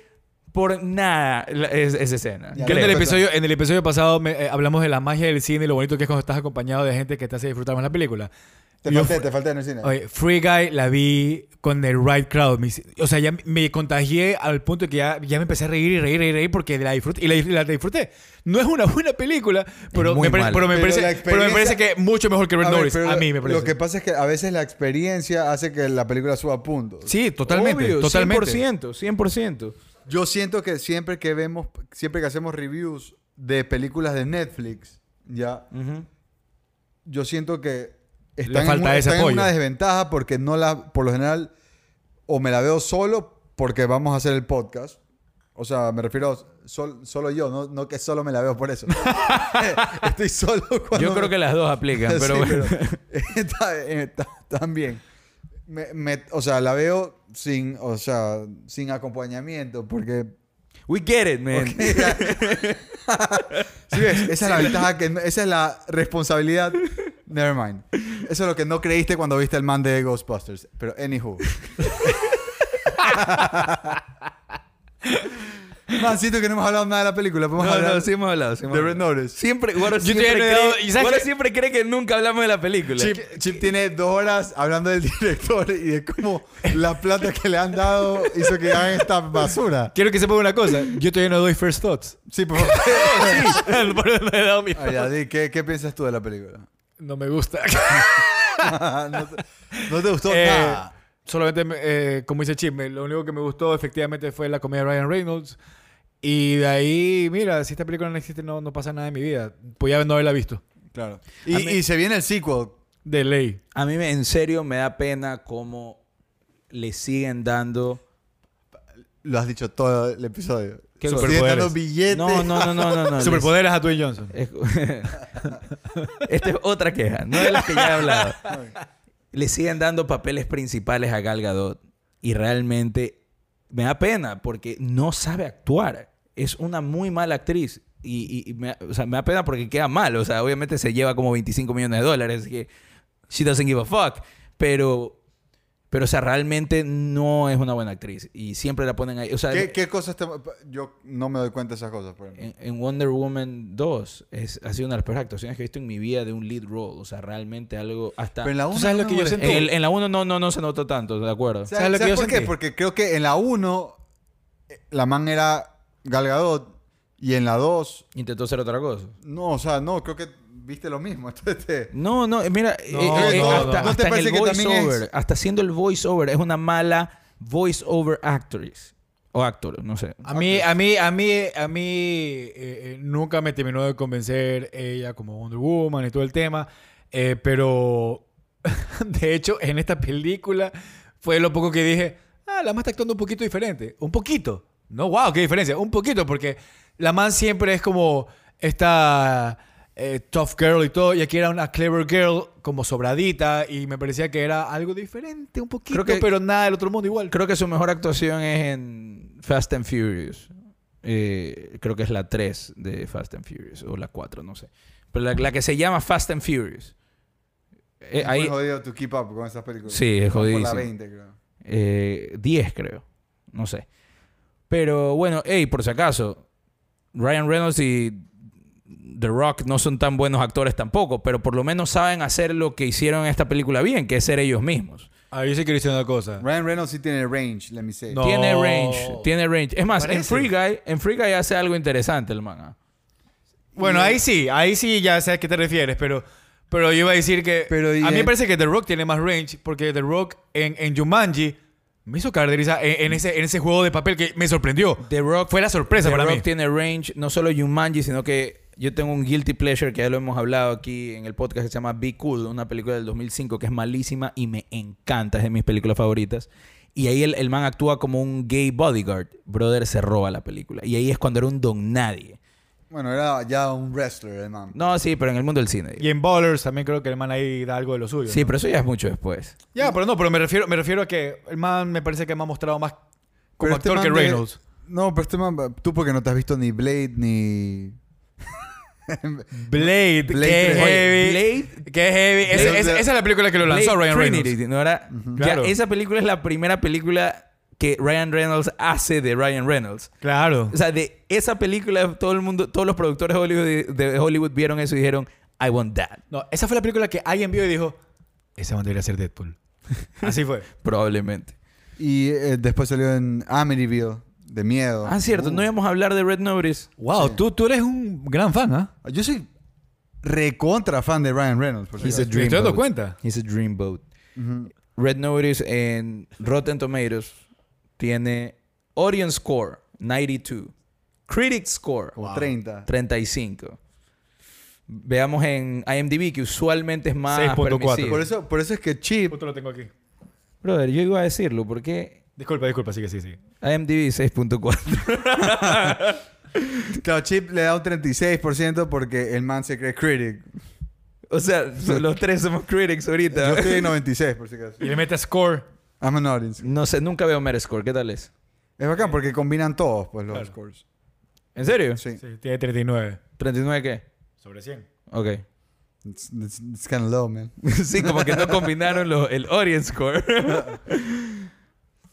[SPEAKER 2] por nada la- es- esa escena.
[SPEAKER 1] Ya.
[SPEAKER 3] Yo en, el
[SPEAKER 2] creo.
[SPEAKER 1] Pero-
[SPEAKER 3] episodio, en el episodio pasado me- eh, hablamos de la magia del cine y lo bonito que es cuando estás acompañado de gente que te hace disfrutar más la película.
[SPEAKER 1] Te
[SPEAKER 3] Yo
[SPEAKER 1] falté,
[SPEAKER 3] fu-
[SPEAKER 1] te falté en el cine.
[SPEAKER 3] Oye, Free Guy la vi con el right crowd. Me hice- o sea, ya me contagié al punto que ya, ya me empecé a reír y reír y reír porque la disfruté. Y la, la disfruté. No es una buena película, pero,
[SPEAKER 2] muy
[SPEAKER 3] me, parece-
[SPEAKER 2] mala.
[SPEAKER 3] pero, me,
[SPEAKER 1] Pero
[SPEAKER 3] parece,
[SPEAKER 1] la
[SPEAKER 3] pero me
[SPEAKER 1] experiencia-
[SPEAKER 3] parece que mucho mejor que Red
[SPEAKER 1] A ver,
[SPEAKER 3] Notice.
[SPEAKER 1] pero
[SPEAKER 3] a mí me parece.
[SPEAKER 1] Lo que pasa es que a veces la experiencia hace que la película suba puntos.
[SPEAKER 3] sí, totalmente.
[SPEAKER 2] Obvio,
[SPEAKER 3] totalmente.
[SPEAKER 2] 100%, 100%.
[SPEAKER 1] Yo siento que siempre que vemos, siempre que hacemos reviews de películas de Netflix, ya,
[SPEAKER 2] Ujú.
[SPEAKER 1] yo siento que están,
[SPEAKER 3] Le
[SPEAKER 1] en,
[SPEAKER 3] falta
[SPEAKER 1] una,
[SPEAKER 3] ese
[SPEAKER 1] están en
[SPEAKER 3] apoyo.
[SPEAKER 1] una desventaja porque no la, por lo general, o me la veo solo porque vamos a hacer el podcast. O sea, me refiero sol- solo yo, no, no que solo me la veo por
[SPEAKER 2] [laughs]
[SPEAKER 1] eso. [laughs] Estoy solo cuando
[SPEAKER 2] Yo creo
[SPEAKER 1] me-
[SPEAKER 2] que las dos
[SPEAKER 1] [laughs]
[SPEAKER 2] aplican,
[SPEAKER 1] Sí,
[SPEAKER 2] pero bueno.
[SPEAKER 1] pero- está- está- también. Me- me- o sea, la veo sin, o sea, sin acompañamiento, porque...
[SPEAKER 2] We get it, man. [laughs]
[SPEAKER 1] ¿sí ves? Esa es la ventaja, que, no- esa es la responsabilidad. Never mind. Eso es lo que no creíste cuando viste el man de Ghostbusters. Pero
[SPEAKER 2] [laughs]
[SPEAKER 1] anywho. man, siento que no hemos hablado nada de la película. Podemos
[SPEAKER 2] No,
[SPEAKER 1] hablar
[SPEAKER 2] no, sí hemos hablado. Sí hemos
[SPEAKER 1] de Red
[SPEAKER 2] hablado.
[SPEAKER 1] Notice.
[SPEAKER 2] Siempre, Guaro
[SPEAKER 3] Yo te
[SPEAKER 2] siempre,
[SPEAKER 3] había
[SPEAKER 2] cree,
[SPEAKER 3] negado, ¿y sabes
[SPEAKER 2] Guaro
[SPEAKER 3] qué?
[SPEAKER 2] siempre cree que nunca hablamos de la película.
[SPEAKER 1] Chip, Chip tiene dos horas hablando del director y de cómo la plata que le han dado hizo que hagan esta basura.
[SPEAKER 3] Quiero que sepan una cosa. Yo todavía no doy first thoughts.
[SPEAKER 1] Sí,
[SPEAKER 2] [laughs]
[SPEAKER 1] por favor.
[SPEAKER 3] [laughs] Por eso no he dado mi-
[SPEAKER 1] Ay, Ah, ya, di, ¿qué, qué piensas tú de la película?
[SPEAKER 3] No me gusta.
[SPEAKER 1] [laughs] no, te, [laughs] no te gustó
[SPEAKER 3] [laughs] Eh,
[SPEAKER 1] nada.
[SPEAKER 3] Solamente, me- eh, como dice Chip, me- lo único que me gustó efectivamente fue la comedia de Ryan Reynolds. Y de ahí, mira, si esta película no existe, no, no pasa nada en mi vida. Podía no haberla visto.
[SPEAKER 1] Claro.
[SPEAKER 2] A
[SPEAKER 1] Y,
[SPEAKER 2] mí-
[SPEAKER 1] y se viene el sequel.
[SPEAKER 3] De ley.
[SPEAKER 2] A mí me- en serio me da pena cómo le siguen dando...
[SPEAKER 1] Lo has dicho todo el episodio.
[SPEAKER 2] ¿Qué
[SPEAKER 1] Siguen
[SPEAKER 3] superpoderes?
[SPEAKER 1] dando billetes.
[SPEAKER 2] No, no, no, no,
[SPEAKER 3] [laughs]
[SPEAKER 2] no. no
[SPEAKER 3] Superpoderes a
[SPEAKER 2] [laughs]
[SPEAKER 3] Dwayne Johnson.
[SPEAKER 2] Les- Es- Esta es otra queja, no de las que ya he hablado. le siguen dando papeles principales a Gal Gadot y realmente me da pena porque no sabe actuar. Es una muy mala actriz y, y- y me, o sea, me da pena porque queda mal. O sea, obviamente se lleva como 25 millones de dólares. así que she doesn't give a fuck. Pero, pero, o sea, realmente no es una buena actriz y siempre la ponen ahí. O sea,
[SPEAKER 1] ¿Qué, qué cosas te- Yo no me doy cuenta de esas cosas. por
[SPEAKER 3] Eh,
[SPEAKER 1] ejemplo.
[SPEAKER 2] en, en Wonder Woman 2 es, ha sido una de las peores actuaciones que he visto en mi vida de un lead role. O sea, realmente algo hasta...
[SPEAKER 1] Pero en la
[SPEAKER 3] ¿Tú
[SPEAKER 1] 1.
[SPEAKER 3] sabes lo que yo
[SPEAKER 2] En,
[SPEAKER 3] sentí?
[SPEAKER 2] el- en la 1 no, no, no se notó tanto, de acuerdo.
[SPEAKER 1] ¿Sabes,
[SPEAKER 3] ¿Sabes lo que yo
[SPEAKER 1] por qué?
[SPEAKER 3] sentí?
[SPEAKER 1] Porque creo que en la 1 la man era Galgadot y en la 2,
[SPEAKER 2] Intentó hacer otra cosa.
[SPEAKER 1] no, o sea, no, creo que viste lo mismo. [laughs] Entonces, te-
[SPEAKER 2] No, no, eh, mira, eh,
[SPEAKER 3] No,
[SPEAKER 2] eh,
[SPEAKER 3] no,
[SPEAKER 2] hasta,
[SPEAKER 3] no.
[SPEAKER 1] ¿No te
[SPEAKER 2] hasta en
[SPEAKER 1] parece
[SPEAKER 2] el
[SPEAKER 1] que también
[SPEAKER 2] voiceover,
[SPEAKER 1] es-
[SPEAKER 2] hasta haciendo el voiceover, es una mala voiceover actress. O actor, no sé.
[SPEAKER 3] A mí, a mí, a mí, a mí eh, eh, nunca me terminó de convencer ella como Wonder Woman y todo el tema, eh, pero [laughs] de hecho en esta película fue lo poco que dije, ah, la man está actuando un poquito diferente, un poquito, no, wow, qué diferencia, un poquito, porque la man siempre es como esta eh, tough girl y todo, y aquí era una clever girl como sobradita y me parecía que era algo diferente, un poquito,
[SPEAKER 2] que-
[SPEAKER 3] pero nada del otro mundo igual.
[SPEAKER 2] Creo que su mejor actuación es en Fast and Furious. Eh, creo que es la 3 de Fast and Furious, o la 4, no sé. Pero la, la que se llama Fast and Furious. Eh,
[SPEAKER 1] es muy
[SPEAKER 2] ahí,
[SPEAKER 1] jodido tu keep up con esas películas.
[SPEAKER 2] Sí, es
[SPEAKER 1] Van por la
[SPEAKER 2] jodidísimo.
[SPEAKER 1] 20, creo.
[SPEAKER 2] Eh, 10 creo. No sé. Pero bueno, hey, por si acaso, Ryan Reynolds y The Rock no son tan buenos actores tampoco, pero por lo menos saben hacer lo que hicieron en esta película bien, que es ser ellos mismos.
[SPEAKER 3] Ah, yo sí quiero decir una cosa.
[SPEAKER 1] Ryan Reynolds sí tiene range, let me say.
[SPEAKER 3] No.
[SPEAKER 2] Tiene range, tiene range. Es más, en
[SPEAKER 3] parece?
[SPEAKER 2] Free Guy, en Free Guy hace algo interesante el man. ah.
[SPEAKER 3] Bueno,
[SPEAKER 1] Y-
[SPEAKER 3] ahí sí, ahí sí ya sé a qué te refieres, pero, pero yo iba a decir que
[SPEAKER 1] Pero, ¿y
[SPEAKER 3] a mí me
[SPEAKER 1] en-
[SPEAKER 3] parece que The Rock tiene más range porque The Rock en, en Jumanji me hizo caracterizar en, en ese, en ese juego de papel que me sorprendió.
[SPEAKER 2] The Rock
[SPEAKER 3] Fue la sorpresa
[SPEAKER 2] The
[SPEAKER 3] para
[SPEAKER 2] Rock
[SPEAKER 3] mí.
[SPEAKER 2] tiene range, no solo Jumanji, sino que yo tengo un guilty pleasure que ya lo hemos hablado aquí en el podcast que se llama Be Cool, una película del 2005 que es malísima y me encanta, es de mis películas favoritas. Y ahí el, el man actúa como un gay bodyguard. Brother se roba la película. Y ahí es cuando era un don nadie.
[SPEAKER 1] Bueno, era ya un wrestler, el man.
[SPEAKER 2] No, sí, pero en el mundo del cine. digo.
[SPEAKER 3] Y en Ballers también creo que el man ahí da algo de lo suyo.
[SPEAKER 2] Sí,
[SPEAKER 3] ¿no?
[SPEAKER 2] pero eso ya es mucho después.
[SPEAKER 3] Ya, pero no, pero me refiero, me refiero a que el man me parece que me ha mostrado más como
[SPEAKER 1] Pero este
[SPEAKER 3] actor que
[SPEAKER 1] man de-
[SPEAKER 3] Reynolds.
[SPEAKER 1] No, pero este man, tú porque no te has visto ni Blade ni. Blade
[SPEAKER 3] Blade, qué
[SPEAKER 1] tres.
[SPEAKER 3] heavy.
[SPEAKER 2] Oye,
[SPEAKER 3] Qué heavy. Ese-
[SPEAKER 1] Blade-
[SPEAKER 3] ese- esa es la película que lo lanzó
[SPEAKER 2] Blade
[SPEAKER 3] Ryan
[SPEAKER 2] Trinity,
[SPEAKER 3] Reynolds.
[SPEAKER 2] ¿no era? Ya,
[SPEAKER 3] Claro.
[SPEAKER 2] Esa película es la primera película que Ryan Reynolds hace de Ryan Reynolds.
[SPEAKER 3] Claro.
[SPEAKER 2] O sea, de esa película, todo el mundo, todos los productores de Hollywood, de Hollywood vieron eso y dijeron, I want that.
[SPEAKER 3] No, esa fue la película que alguien vio y dijo, ese man debería ser [laughs] Deadpool. Así fue.
[SPEAKER 2] Probablemente.
[SPEAKER 1] Y eh, después salió en Amityville, de miedo.
[SPEAKER 2] Ah, cierto, no íbamos a hablar de Red Notice.
[SPEAKER 3] Wow,
[SPEAKER 1] Sí.
[SPEAKER 3] tú, tú eres un gran fan, ¿ah?
[SPEAKER 1] Yo soy recontra fan de Ryan Reynolds. Por si
[SPEAKER 2] He's a
[SPEAKER 1] acaso.
[SPEAKER 2] dream
[SPEAKER 3] Me estoy dando
[SPEAKER 2] boat.
[SPEAKER 3] cuenta.
[SPEAKER 2] He's a dreamboat.
[SPEAKER 1] Ujú.
[SPEAKER 2] Red Notice en Rotten Tomatoes tiene Audience Score 92, Critic Score
[SPEAKER 1] Como 30.
[SPEAKER 2] 35. Veamos en IMDb, que usualmente es más
[SPEAKER 3] 6.4.
[SPEAKER 2] permisivo.
[SPEAKER 1] Por eso, por eso es que Chip.
[SPEAKER 3] lo tengo aquí.
[SPEAKER 2] Brother, yo iba a decirlo, porque
[SPEAKER 3] Disculpa, disculpa, sigue, sigue, sigue.
[SPEAKER 2] IMDb 6.4.
[SPEAKER 1] Claro, Chip le da un 36% porque el man se cree critic.
[SPEAKER 2] [laughs] O sea, so- los tres somos critics
[SPEAKER 1] Yo
[SPEAKER 2] ahorita.
[SPEAKER 1] estoy en 96, por si acaso.
[SPEAKER 3] Y le mete score.
[SPEAKER 1] I'm an audience.
[SPEAKER 2] No sé, nunca veo Metascore. ¿Qué tal es?
[SPEAKER 1] Es bacán porque combinan todos pues, los
[SPEAKER 3] Claro.
[SPEAKER 1] scores.
[SPEAKER 2] ¿En serio?
[SPEAKER 1] Sí.
[SPEAKER 3] Sí, tiene 39.
[SPEAKER 2] ¿39 qué?
[SPEAKER 3] Sobre 100.
[SPEAKER 2] Ok. [laughs]
[SPEAKER 1] It's, it's, it's kind of low, man.
[SPEAKER 2] sí, como que no combinaron lo- el audience score. [laughs]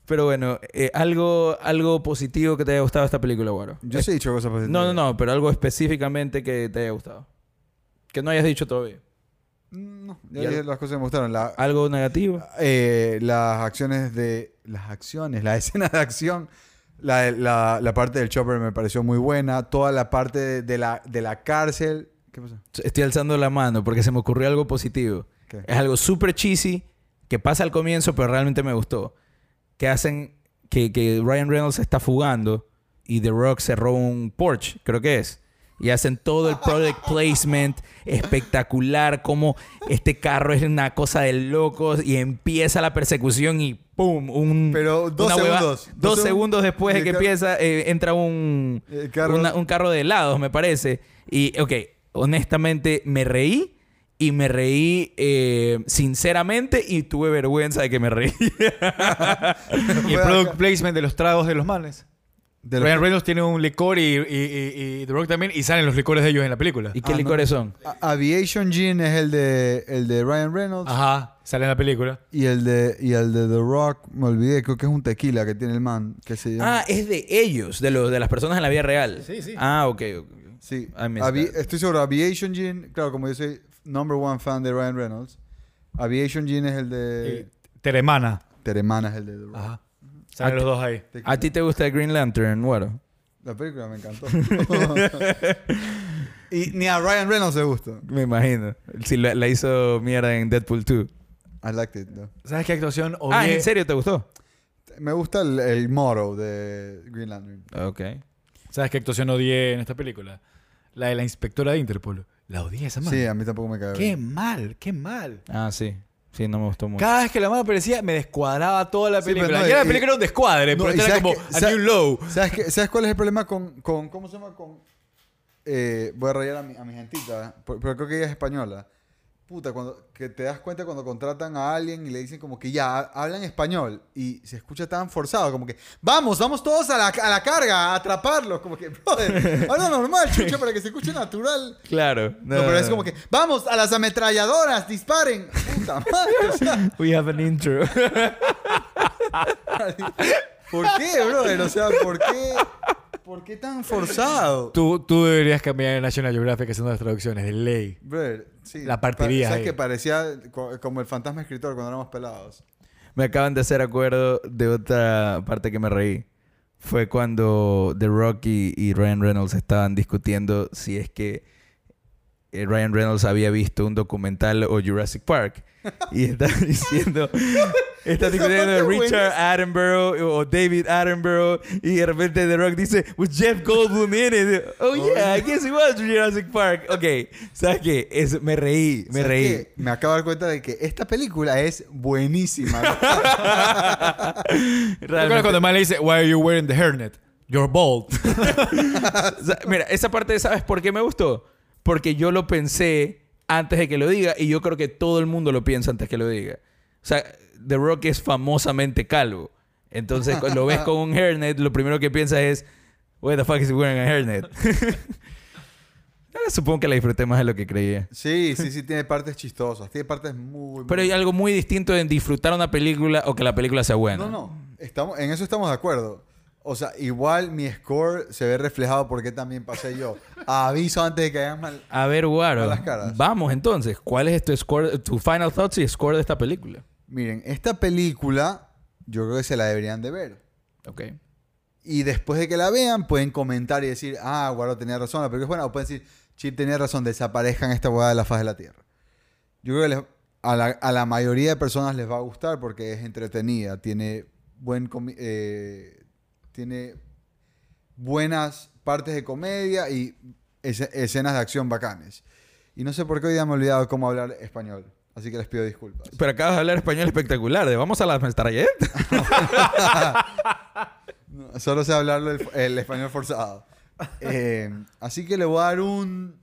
[SPEAKER 2] Pero bueno, eh, algo, algo positivo que te haya gustado esta película, Guaro.
[SPEAKER 1] Yo
[SPEAKER 2] Eh,
[SPEAKER 1] sí he dicho cosas positivas.
[SPEAKER 2] No, no, no, pero algo específicamente que te haya gustado. Que no hayas dicho todavía.
[SPEAKER 1] Mm, No, ya
[SPEAKER 2] Y al-
[SPEAKER 1] dije las cosas que me gustaron. La,
[SPEAKER 2] Algo negativo.
[SPEAKER 1] eh, las acciones de las acciones [laughs] las escenas de acción la, la- la parte del chopper me pareció muy buena toda la parte de, de la, de la cárcel ¿qué pasó?
[SPEAKER 2] Estoy alzando la mano porque se me ocurrió algo positivo.
[SPEAKER 1] ¿Qué?
[SPEAKER 2] Es algo súper cheesy que pasa al comienzo, pero realmente me gustó. Que hacen que, que Ryan Reynolds se está fugando y The Rock se roba un Porsche, creo que es. Y hacen todo el product
[SPEAKER 1] [laughs]
[SPEAKER 2] placement espectacular, como este carro es una cosa de locos y empieza la persecución y ¡pum! Un,
[SPEAKER 1] Pero dos
[SPEAKER 2] una hueva-
[SPEAKER 1] segundos. Dos
[SPEAKER 2] dos
[SPEAKER 1] segun-
[SPEAKER 2] segundos después de
[SPEAKER 1] de
[SPEAKER 2] que
[SPEAKER 1] car-
[SPEAKER 2] empieza, eh, entra un,
[SPEAKER 1] El carro-
[SPEAKER 2] una- un carro de helados, me parece. Y, ok, honestamente me reí Y me reí eh, sinceramente y tuve vergüenza de que me reí.
[SPEAKER 3] [laughs] Y el product placement de los tragos de los manes.
[SPEAKER 1] De los-
[SPEAKER 3] Ryan Reynolds tiene un licor y, y, y- y The Rock también, y salen los licores de ellos en la película.
[SPEAKER 2] [laughs] ¿Y qué
[SPEAKER 1] Ah, no.
[SPEAKER 2] licores son?
[SPEAKER 1] A- Aviation Gin es el de, el de Ryan Reynolds.
[SPEAKER 3] Ajá, sale en la película.
[SPEAKER 1] Y el, de, y el de The Rock, me olvidé, creo que es un tequila que tiene el man. Que se llama.
[SPEAKER 2] Ah, es de ellos, de, los de las personas en la vida real.
[SPEAKER 3] Sí, sí.
[SPEAKER 2] Ah, ok. ok.
[SPEAKER 1] Sí,
[SPEAKER 2] I missed
[SPEAKER 1] Avi-
[SPEAKER 2] that.
[SPEAKER 1] estoy seguro. Aviation Gin, claro, como yo soy number one fan de Ryan Reynolds, Aviation Gin es el de.
[SPEAKER 3] Y Teremana.
[SPEAKER 1] Teremana es el de The Rock.
[SPEAKER 3] Eh, Ajá. Ah, Salen los dos ahí.
[SPEAKER 1] Tequila.
[SPEAKER 2] ¿A ti te gusta Green Lantern, Guaro?
[SPEAKER 1] La película me encantó. y ni a Ryan Reynolds le gustó.
[SPEAKER 2] Me imagino. Si la, la hizo mierda en Deadpool 2.
[SPEAKER 1] I liked it, though.
[SPEAKER 3] ¿Sabes qué actuación odié?
[SPEAKER 2] Ah, ¿en serio te gustó?
[SPEAKER 1] Me gusta el, el motto de Green Lantern.
[SPEAKER 2] Ok.
[SPEAKER 3] ¿Sabes qué actuación odié en esta película? La de la inspectora de Interpol. La odié esa
[SPEAKER 1] Sí,
[SPEAKER 3] madre.
[SPEAKER 1] a mí tampoco me cae.
[SPEAKER 3] qué
[SPEAKER 1] bien.
[SPEAKER 3] mal, qué mal.
[SPEAKER 2] Ah, sí. Sí, no me gustó mucho.
[SPEAKER 3] Cada vez que la madre aparecía, me descuadraba toda la
[SPEAKER 1] Sí, pero
[SPEAKER 3] película.
[SPEAKER 1] no,
[SPEAKER 3] y era
[SPEAKER 1] y-
[SPEAKER 3] la película era un descuadre,
[SPEAKER 1] No,
[SPEAKER 3] pero
[SPEAKER 1] y
[SPEAKER 3] esta era
[SPEAKER 1] ¿sabes
[SPEAKER 3] como
[SPEAKER 1] qué?
[SPEAKER 3] a
[SPEAKER 1] Sa-
[SPEAKER 3] new low.
[SPEAKER 1] ¿Sabes, qué- ¿Sabes cuál es el problema con. con ¿Cómo se llama? Con. eh, voy a rayar a mi, a mi gentita, por- pero creo que ella es española. Puta, cuando, que te das cuenta cuando contratan a alguien y le dicen como que ya ha- hablan español y se escucha tan forzado, como que vamos, vamos todos a la, a la carga, a atraparlos, como que,
[SPEAKER 3] [laughs]
[SPEAKER 1] brother, habla normal, chucha, para que se escuche natural.
[SPEAKER 2] Claro.
[SPEAKER 1] No, pero es como que, vamos, a las ametralladoras, disparen. Puta madre, o sea,
[SPEAKER 2] We have an intro.
[SPEAKER 1] ¿por qué, brother? O sea, ¿por qué, ¿por qué tan forzado?
[SPEAKER 3] [laughs] Tú, tú deberías cambiar en National Geographic haciendo las traducciones de ley.
[SPEAKER 1] Brother, sí.
[SPEAKER 3] La partiría
[SPEAKER 1] Pa- ¿Sabes
[SPEAKER 3] ahí.
[SPEAKER 1] que parecía co- como el fantasma escritor cuando éramos pelados?
[SPEAKER 2] Me acaban de hacer acuerdo de otra parte que me reí. Fue cuando The Rock y, y Ryan Reynolds estaban discutiendo si es que eh, Ryan Reynolds había visto un documental o Jurassic
[SPEAKER 1] [laughs]
[SPEAKER 2] Park. Y estaban diciendo... Está
[SPEAKER 1] Esa
[SPEAKER 2] discutiendo
[SPEAKER 1] parte
[SPEAKER 2] de
[SPEAKER 1] es
[SPEAKER 2] Richard
[SPEAKER 1] buenísima.
[SPEAKER 2] Attenborough o David Attenborough y de repente The Rock dice with Jeff Goldblum in it. Oh yeah, I guess it was Jurassic Park. Ok, ¿sabes qué? Es, me reí, me
[SPEAKER 1] ¿Sabes
[SPEAKER 2] reí.
[SPEAKER 1] qué? Me acabo de dar cuenta de que esta película es buenísima.
[SPEAKER 3] Recuerdas
[SPEAKER 2] Realmente.
[SPEAKER 3] cuando el man le dice, Why are you wearing the hairnet? You're bald. [laughs]
[SPEAKER 2] O sea, Mira, esa parte, ¿sabes por qué me gustó? Porque yo lo pensé antes de que lo diga y yo creo que todo el mundo lo piensa antes que lo diga. O sea, The Rock es famosamente calvo. Entonces, cuando lo ves con un hairnet, lo primero que piensas es, What the fuck is he wearing a hairnet? [laughs] Ahora Supongo que la disfruté más de lo que creía.
[SPEAKER 1] sí, sí, sí, tiene partes chistosas. Tiene partes muy...
[SPEAKER 2] Pero hay
[SPEAKER 1] muy-
[SPEAKER 2] algo muy distinto en disfrutar una película o que la película sea buena.
[SPEAKER 1] No, no. Estamos, en eso estamos de acuerdo. O sea, igual mi score se ve reflejado porque también pasé yo. Aviso antes de que hagan mal...
[SPEAKER 2] A ver, Guaro.
[SPEAKER 1] Malas caras.
[SPEAKER 2] Vamos entonces. ¿Cuál es tu score, tu final thoughts y score de esta película?
[SPEAKER 1] Miren, esta película yo creo que se la deberían de ver.
[SPEAKER 2] Ok.
[SPEAKER 1] Y después de que la vean, pueden comentar y decir, ah, Guaro tenía razón, la película es buena. O pueden decir, Chip tenía razón, desaparezcan esta hueá de la faz de la Tierra. Yo creo que les- a, la, a la mayoría de personas les va a gustar porque es entretenida, tiene, buen comi- eh, tiene buenas partes de comedia y ese- escenas de acción bacanes. Y no sé por qué hoy día me he olvidado cómo hablar español, así que les pido disculpas.
[SPEAKER 2] Pero acabas de hablar español espectacular. De vamos a la metralletas.
[SPEAKER 1] No, Solo sé hablarlo el, el español forzado. Eh, así que le voy a dar un.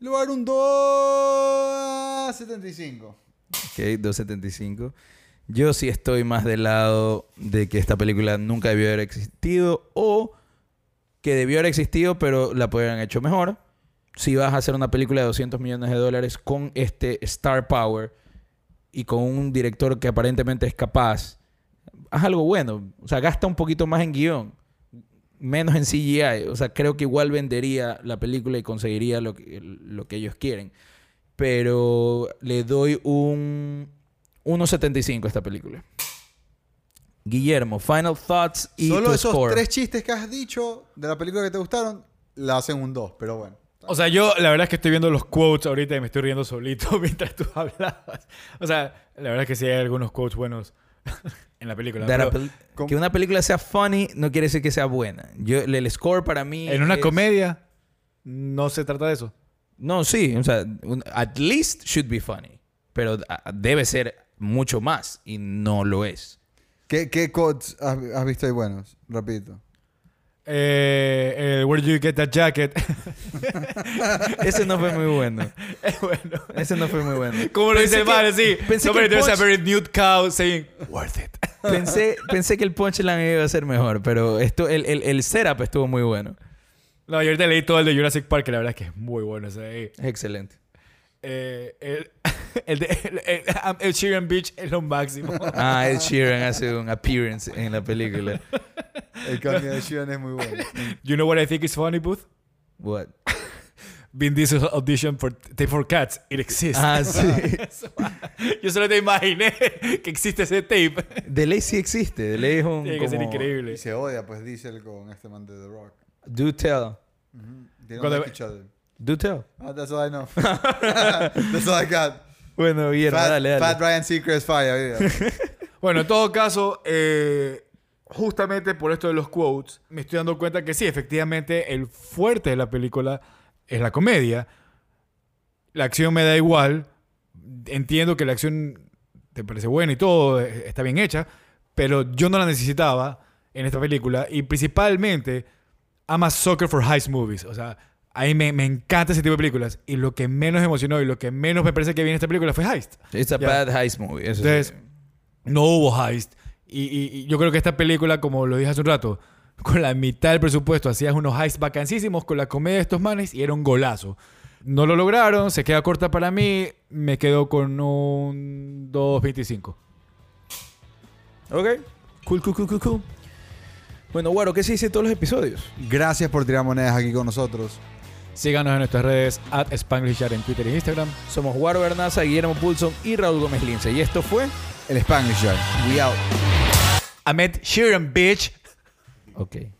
[SPEAKER 1] Le voy a dar un 2.75.
[SPEAKER 2] [laughs] Ok, 2.75. Yo sí estoy más del lado de que esta película nunca debió haber existido o que debió haber existido pero la pudieran hecho mejor. Si vas a hacer una película de 200 millones de dólares con este star power y con un director que aparentemente es capaz, haz algo bueno. O sea, gasta un poquito más en guión, menos en CGI. O sea, creo que igual vendería la película y conseguiría lo que, lo que ellos quieren. Pero le doy un 1.75 a esta película. Guillermo, final thoughts y
[SPEAKER 1] Solo
[SPEAKER 2] tu
[SPEAKER 1] esos
[SPEAKER 2] score.
[SPEAKER 1] tres chistes que has dicho de la película que te gustaron, la hacen un 2, pero bueno.
[SPEAKER 3] O sea, yo la verdad es que estoy viendo los quotes ahorita y me estoy riendo solito [laughs] mientras tú hablabas. O sea, la verdad es que sí hay algunos quotes buenos [laughs] en la película.
[SPEAKER 2] Dar a
[SPEAKER 3] pero
[SPEAKER 2] pel-
[SPEAKER 1] ¿cómo?
[SPEAKER 2] que una película sea funny no quiere decir que sea buena. Yo, el el score para mí.
[SPEAKER 3] en una
[SPEAKER 2] es-
[SPEAKER 3] comedia no se trata de eso.
[SPEAKER 2] No, sí. O sea, un- at least should be funny. Pero ah, debe ser mucho más y no lo es.
[SPEAKER 1] ¿Qué, qué codes has, has visto ahí buenos? Rapidito.
[SPEAKER 3] eh, el Where Do You Get That Jacket.
[SPEAKER 2] Ese no fue muy bueno.
[SPEAKER 3] [laughs] Es bueno.
[SPEAKER 2] Ese no fue muy
[SPEAKER 3] [laughs]
[SPEAKER 2] bueno.
[SPEAKER 3] [laughs] Como lo
[SPEAKER 2] Pensé
[SPEAKER 3] dice el
[SPEAKER 2] que-
[SPEAKER 3] man, sí.
[SPEAKER 2] pensé que
[SPEAKER 3] Somebody
[SPEAKER 2] el
[SPEAKER 3] there's a
[SPEAKER 2] punch-
[SPEAKER 3] very nude cow saying, worth it.
[SPEAKER 2] Pensé, pensé que el punchline iba a ser mejor, pero esto, el, el, el setup estuvo muy bueno.
[SPEAKER 3] [laughs] No, yo ahorita leí todo el de Jurassic Park, que la verdad es que es muy bueno. ese ahí.
[SPEAKER 2] Es excelente.
[SPEAKER 3] Eh, el, [laughs] el de el, el- el Sheeran Beach es lo [laughs] máximo.
[SPEAKER 2] Ah, Ed Sheeran hace un appearance en la
[SPEAKER 3] [laughs]
[SPEAKER 2] película.
[SPEAKER 1] El cambio de Sheeran es muy
[SPEAKER 2] [laughs]
[SPEAKER 1] bueno.
[SPEAKER 3] You know what I think is funny, Booth?
[SPEAKER 2] What?
[SPEAKER 3] Vin Diesel's audition for Take for Cats. It exists.
[SPEAKER 2] Ah, sí.
[SPEAKER 3] [laughs] Yo solo te imaginé [laughs] que existe ese tape.
[SPEAKER 2] The Ley sí existe. The Ley es un.
[SPEAKER 3] Tiene que ser
[SPEAKER 2] como-
[SPEAKER 1] Y
[SPEAKER 3] increíble.
[SPEAKER 1] se odia, pues, Diesel con este man de The Rock.
[SPEAKER 2] Do tell.
[SPEAKER 1] Ujú. They don't
[SPEAKER 3] Cuando-
[SPEAKER 1] like each other.
[SPEAKER 2] Do tell.
[SPEAKER 1] Ah, that's all I know. [laughs] that's all I got.
[SPEAKER 2] Bueno, bien,
[SPEAKER 1] Fat,
[SPEAKER 2] dale, dale.
[SPEAKER 1] Fat Ryan Seacrest fire. yeah.
[SPEAKER 3] Bueno, en todo caso, eh, justamente por esto de los quotes, me estoy dando cuenta que sí, efectivamente, el fuerte de la película es la comedia. La acción me da igual. Entiendo que la acción te parece buena y todo, eh, está bien hecha, pero yo no la necesitaba en esta película. Y principalmente, I'm a sucker for heist movies. O sea, a mí me, me encanta ese tipo de películas. Y lo que menos emocionó y lo que menos me parece que viene esta película fue heist.
[SPEAKER 2] It's a
[SPEAKER 3] Ya.
[SPEAKER 2] bad heist movie. Eso
[SPEAKER 3] Entonces,
[SPEAKER 2] sí.
[SPEAKER 3] no hubo heist. Y, y- y yo creo que esta película, como lo dije hace un rato, con la mitad del presupuesto hacías unos heists bacanísimos con la comedia de estos manes y era un golazo. No lo lograron, se queda corta para mí, me quedo con un 2.25.
[SPEAKER 2] Ok. Cool, cool, cool, cool, cool. Bueno, Guaro, ¿qué se dice de todos los episodios?
[SPEAKER 1] Gracias por tirar monedas aquí con nosotros.
[SPEAKER 3] Síganos en nuestras redes, at SpanglishYard en Twitter e Instagram.
[SPEAKER 2] Somos Guaro Bernaza, Guillermo Pulson y Raúl Gómez Lince. Y esto fue.
[SPEAKER 1] El Spanish Yard. We out.
[SPEAKER 3] Ahmed Sheeran, bitch.
[SPEAKER 2] Ok.